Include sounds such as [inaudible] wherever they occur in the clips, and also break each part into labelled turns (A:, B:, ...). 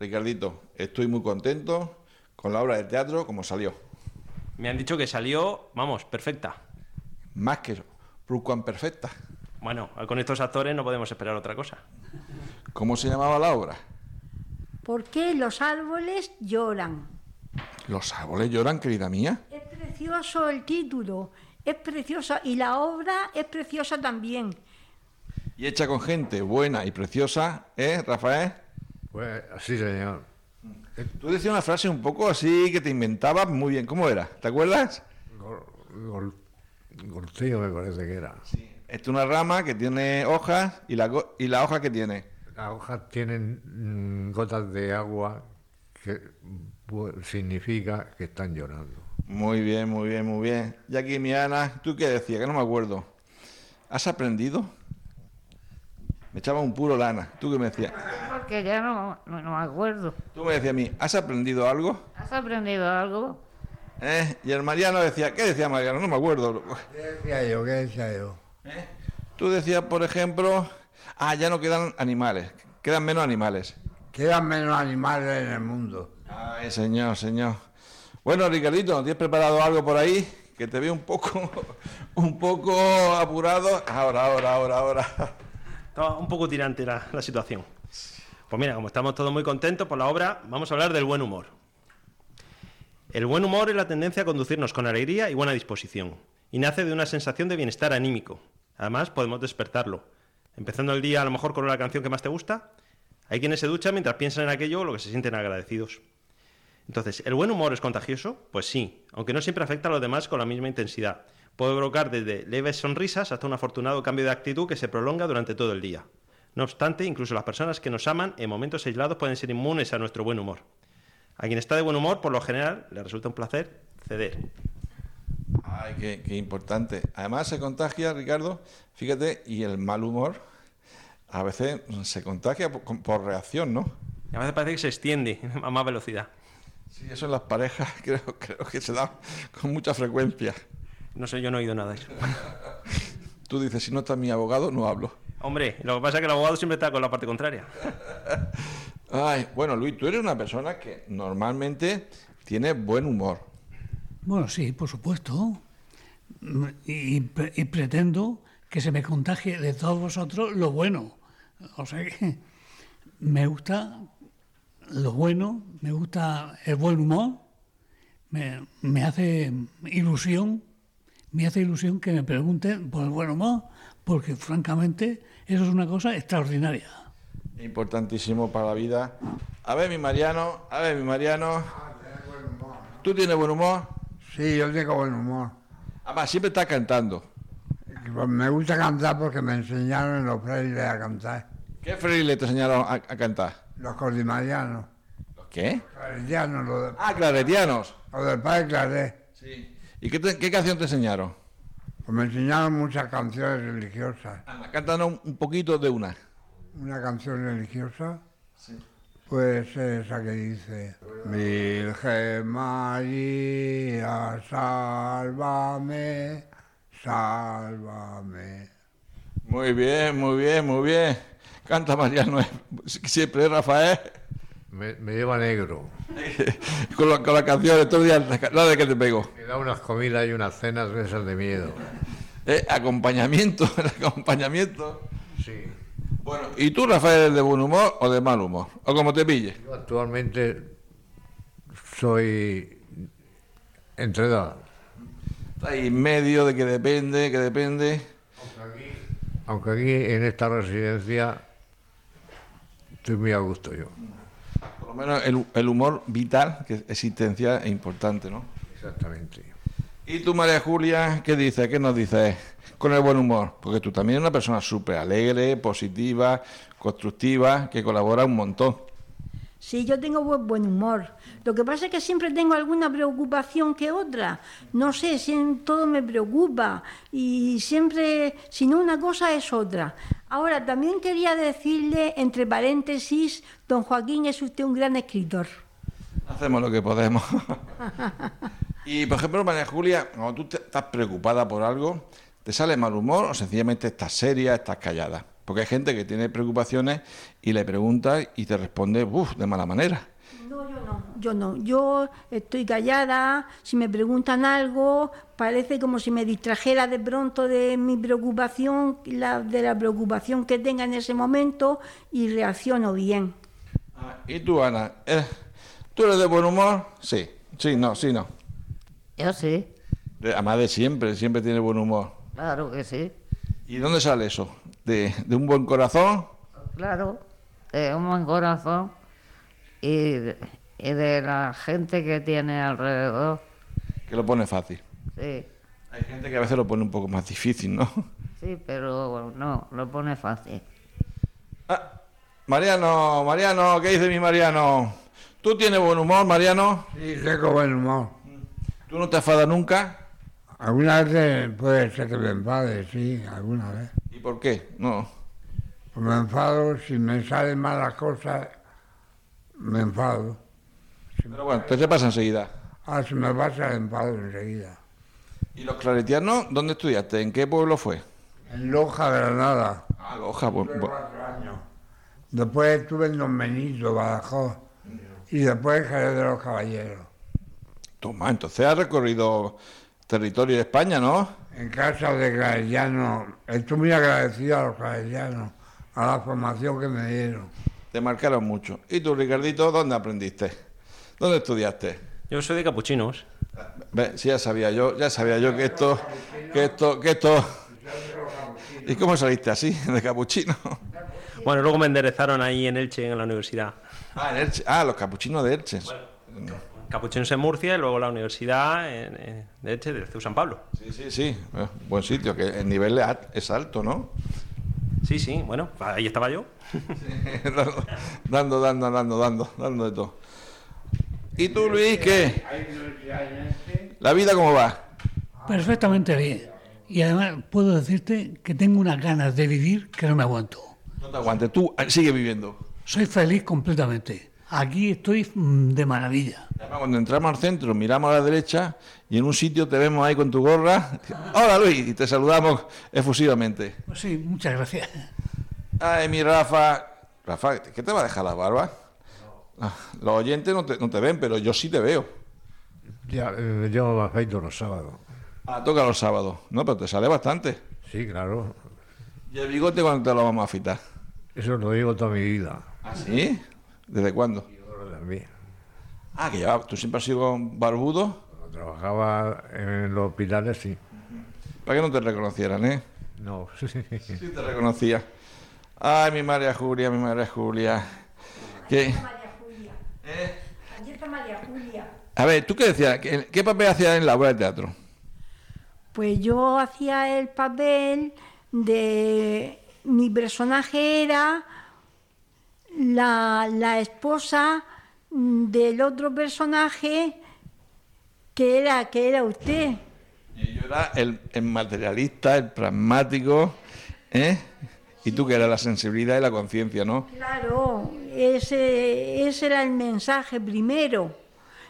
A: Ricardito, estoy muy contento con la obra de teatro como salió.
B: Me han dicho que salió, vamos, perfecta.
A: Más que Rucuan Perfecta.
B: Bueno, con estos actores no podemos esperar otra cosa.
A: ¿Cómo se llamaba la obra?
C: ¿Por qué los árboles lloran?
A: Los árboles lloran, querida mía.
C: Es precioso el título, es preciosa y la obra es preciosa también.
A: Y hecha con gente buena y preciosa, ¿eh, Rafael?
D: Pues sí, señor.
A: Tú decías una frase un poco así que te inventabas muy bien. ¿Cómo era? ¿Te acuerdas?
D: Gol, gol- golcillo me parece que era.
A: Esta es una rama que tiene hojas y la, go- y la hoja que tiene.
D: Las hojas tienen mm, gotas de agua que bu- significa que están llorando.
A: Muy bien, muy bien, muy bien. Y aquí, mi Ana, ¿tú qué decías? Que no me acuerdo. ¿Has aprendido? Me echaba un puro lana. ¿Tú qué me decías?
E: Porque ya no, no, no me acuerdo.
A: Tú me decías a mí, ¿has aprendido algo?
E: ¿Has aprendido algo?
A: ¿Eh? Y el Mariano decía, ¿qué decía Mariano? No me acuerdo.
D: ¿Qué decía yo? ¿Qué decía yo?
A: Tú decías, por ejemplo, ah, ya no quedan animales, quedan menos animales.
F: Quedan menos animales en el mundo.
A: Ay, señor, señor. Bueno, Ricardito, ¿tienes preparado algo por ahí? Que te veo un poco, [laughs] un poco apurado. Ahora, ahora, ahora, ahora.
B: Estaba un poco tirante la, la situación. Pues mira, como estamos todos muy contentos por la obra, vamos a hablar del buen humor. El buen humor es la tendencia a conducirnos con alegría y buena disposición, y nace de una sensación de bienestar anímico. Además, podemos despertarlo. Empezando el día a lo mejor con la canción que más te gusta, hay quienes se duchan mientras piensan en aquello o lo que se sienten agradecidos. Entonces, ¿el buen humor es contagioso? Pues sí, aunque no siempre afecta a los demás con la misma intensidad. Puede provocar desde leves sonrisas hasta un afortunado cambio de actitud que se prolonga durante todo el día. No obstante, incluso las personas que nos aman en momentos aislados pueden ser inmunes a nuestro buen humor. A quien está de buen humor, por lo general, le resulta un placer ceder.
A: Ay, qué, qué importante. Además se contagia, Ricardo, fíjate, y el mal humor a veces se contagia por, con- por reacción, ¿no?
B: Y a veces parece que se extiende [laughs] a más velocidad.
A: Sí, eso en las parejas [laughs] creo, creo que se da con mucha frecuencia.
B: No sé, yo no he oído nada de eso.
A: Tú dices, si no está mi abogado, no hablo.
B: Hombre, lo que pasa es que el abogado siempre está con la parte contraria.
A: Ay, bueno, Luis, tú eres una persona que normalmente tiene buen humor.
G: Bueno, sí, por supuesto. Mm, Y, pre- y pretendo que se me contagie de todos vosotros lo bueno. O sea que me gusta lo bueno, me gusta el buen humor, me, me hace ilusión, me hace ilusión que me pregunten por el buen humor, porque francamente eso es una cosa extraordinaria.
A: Importantísimo para la vida. A ver, mi Mariano, a ver, mi Mariano. Tú tienes buen humor.
F: Sí, yo tengo buen humor.
A: Además, siempre estás cantando.
F: Pues me gusta cantar porque me enseñaron los frailes a cantar.
A: ¿Qué fraile te enseñaron a, a cantar?
F: Los cordimarianos.
A: ¿Los qué?
F: Claretianos, los, de-
A: Ah, claretianos.
F: los del padre Claret.
A: Sí. ¿Y qué, te- qué canción te enseñaron?
F: Pues me enseñaron muchas canciones religiosas.
A: Anda, Cántanos un- un poquito de una.
F: Una canción religiosa, pues esa que dice: Virgen María, sálvame, sálvame.
A: Muy bien, muy bien, muy bien. Canta Mariano, eh, siempre Rafael.
D: Me, me lleva negro.
A: Con, la- con las canciones, todos los días, la ca- la de que te pego.
D: Me da unas comidas y unas cenas de esas de miedo.
A: Eh, acompañamiento, [laughs] el acompañamiento.
D: Sí.
A: Bueno, ¿y tú, Rafael, eres de buen humor o de mal humor? O como te pilles.
D: Yo actualmente soy entre dos.
A: Está ahí en medio de que depende, que depende.
D: Aunque aquí en esta residencia estoy muy a gusto yo.
A: Por lo menos el, el humor vital, que existencia es importante, ¿no?
D: Exactamente.
A: ¿Y tú, María Julia, qué dices? ¿Qué nos dices con el buen humor? Porque tú también eres una persona súper alegre, positiva, constructiva, que colabora un montón.
C: Sí, yo tengo buen, buen humor. Lo que pasa es que siempre tengo alguna preocupación que otra. No sé, siem- todo me preocupa y siempre, si no una cosa es otra. Ahora, también quería decirle, entre paréntesis, don Joaquín es usted un gran escritor.
A: Hacemos lo que podemos. y por ejemplo, María Julia, cuando tú te- estás preocupada por algo, ¿te sale mal humor o sencillamente estás seria, estás callada? Porque hay gente que tiene preocupaciones y le preguntas y te responde "Uf, de mala manera.
C: No, yo no. Yo no. Yo estoy callada. Si me preguntan algo, parece como si me distrajera de pronto de mi preocupación, la- de la preocupación que tenga en ese momento y reacciono bien.
A: Ah, ¿Y tú, Ana? ¿Eh? ¿Tú eres de buen humor? Sí, sí, no, sí, no.
E: Yo sí,
A: De- Además de siempre, siempre tiene buen humor.
E: claro que sí,
A: ¿Y dónde sale eso? ¿De, de un buen corazón?
E: claro. De un buen corazón y, y de la gente que tiene alrededor.
A: Que lo pone fácil.
E: Sí,
A: Hay gente que a veces lo pone un poco más difícil, ¿no?
E: sí, pero no, lo pone fácil.
A: Ah, Mariano, Mariano, ¿qué dice mi Mariano? ¿Tú tienes buen humor, Mariano?
F: Sí, tengo buen humor.
A: ¿Tú no te enfadas nunca?
F: Alguna vez eh, puede ser que me enfade, sí, alguna vez.
A: ¿Y por qué? No.
F: Pues me enfado, si me salen malas cosas, me enfado.
A: Pero bueno, te se pasa enseguida.
F: Ah, se me pasa el enfado enseguida.
A: ¿Y los claretianos dónde estudiaste? ¿En qué pueblo fue?
F: En Loja, Granada.
A: Ah, Loja. bu- bu-
F: Después estuve en Don Benito, Badajoz. Y después en Jerez de los Caballeros.
A: Toma, entonces has recorrido territorio de España, ¿no?
F: En casa de Clarellano. Estoy muy agradecido a los Clarellanos, a la formación que me dieron.
A: Te marcaron mucho. ¿Y tú, Ricardito, dónde aprendiste? ¿Dónde estudiaste?
B: Yo soy de capuchinos.
A: Ve, sí, ya sabía yo, ya sabía yo que esto, que esto, que esto. ¿Y cómo saliste así, de capuchino?
B: Bueno, luego me enderezaron ahí en Elche, en la universidad.
A: Ah, en Elche. Ah, los capuchinos de Elche.
B: Capuchinos en Murcia y luego la universidad en- en- de Elche, de CEU San Pablo.
A: Sí, sí, sí. Eh, Buen sitio, que el nivel a- es alto, ¿no? [laughs]
B: Sí, sí, bueno, ahí estaba yo.
A: dando, dando, dando, dando, dando de todo. ¿Y tú, Luis, qué? ¿La vida cómo va?
G: Perfectamente bien. Y además puedo decirte que tengo unas ganas de vivir que no me aguanto.
A: No te aguantes, tú eh, sigue viviendo.
G: Soy feliz completamente. Aquí estoy mm, de maravilla.
A: Además, Cuando entramos al centro, miramos a la derecha y en un sitio te vemos ahí con tu gorra. Hola Luis, y te saludamos efusivamente.
G: Pues sí, muchas gracias.
A: Ay, mi Rafa. Rafa, ¿qué te va a dejar la barba? Ah, Los oyentes no te, no te ven, pero yo sí te veo.
D: Ya, eh, yo me afeito los sábados.
A: Ah, toca los sábados. No, pero te sale bastante.
D: Sí, claro.
A: ¿Y el bigote cuándo te lo vamos a afitar?
D: Eso lo digo toda mi vida.
A: ¿Ah, sí? ¿Desde cuándo?
D: Ahora también.
A: Ah, que ya, tú siempre has sido barbudo.
D: Cuando trabajaba en los hospitales, sí.
A: Para que no te reconocieran, ¿eh?
D: No, [laughs] sí, sí.
A: Sí te reconocía. Ay, mi María Julia, mi María Julia. ¿Qué?
C: María Julia. Aquí está María Julia.
A: A ver, ¿tú qué decías? ¿Qué, qué papel hacías en la obra de teatro?
C: Pues yo hacía el papel de. Mi personaje era la, la esposa mm, del otro personaje que era, que era usted.
A: Y Eh, Yo era el, el materialista, el pragmático, ¿eh? Y tú que eras la sensibilidad y la conciencia, ¿no?
C: Claro, ese, ese era el mensaje primero.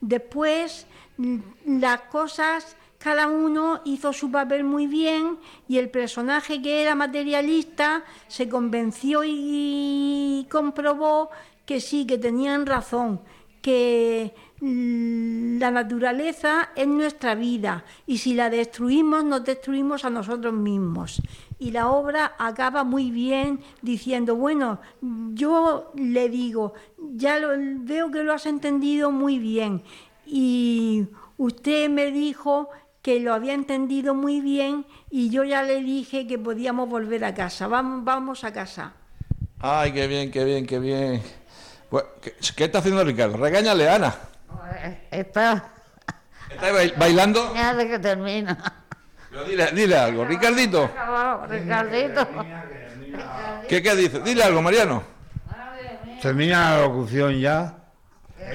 C: Después l- las cosas, cada uno hizo su papel muy bien y el personaje que era materialista se convenció y, y comprobó que sí, que tenían razón, que l- la naturaleza es nuestra vida y si la destruimos nos destruimos a nosotros mismos. Y la obra acaba muy bien diciendo, bueno, yo le digo, ya lo, veo que lo has entendido muy bien y usted me dijo que lo había entendido muy bien y yo ya le dije que podíamos volver a casa, vamos, vamos a casa.
A: Ay, qué bien, qué bien, qué bien. Pues, ¿qué, qué está haciendo Ricardo? Regáñale, Ana.
E: Eh, Está,
A: ¿Está bail- bailando?
E: ya de que termina. [laughs]
A: Pero dile, dile algo, Ricardito.
E: Acabado, Ricardito.
A: ¿Qué, ¿Qué dice? Dile algo, Mariano.
F: Termina la locución ya.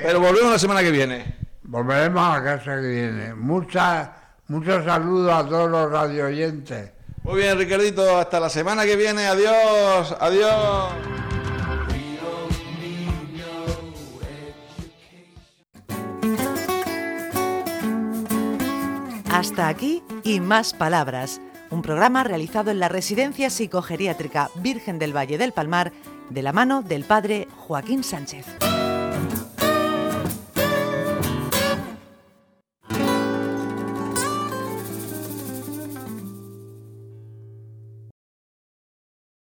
A: Pero volvemos la semana que viene.
F: Volveremos a la casa que viene. Muchas, muchos saludos a todos los radio oyentes.
A: Muy bien, Ricardito, hasta la semana que viene. Adiós, adiós.
H: Hasta aquí y más palabras, un programa realizado en la Residencia Psicogeriátrica Virgen del Valle del Palmar de la mano del padre Joaquín Sánchez.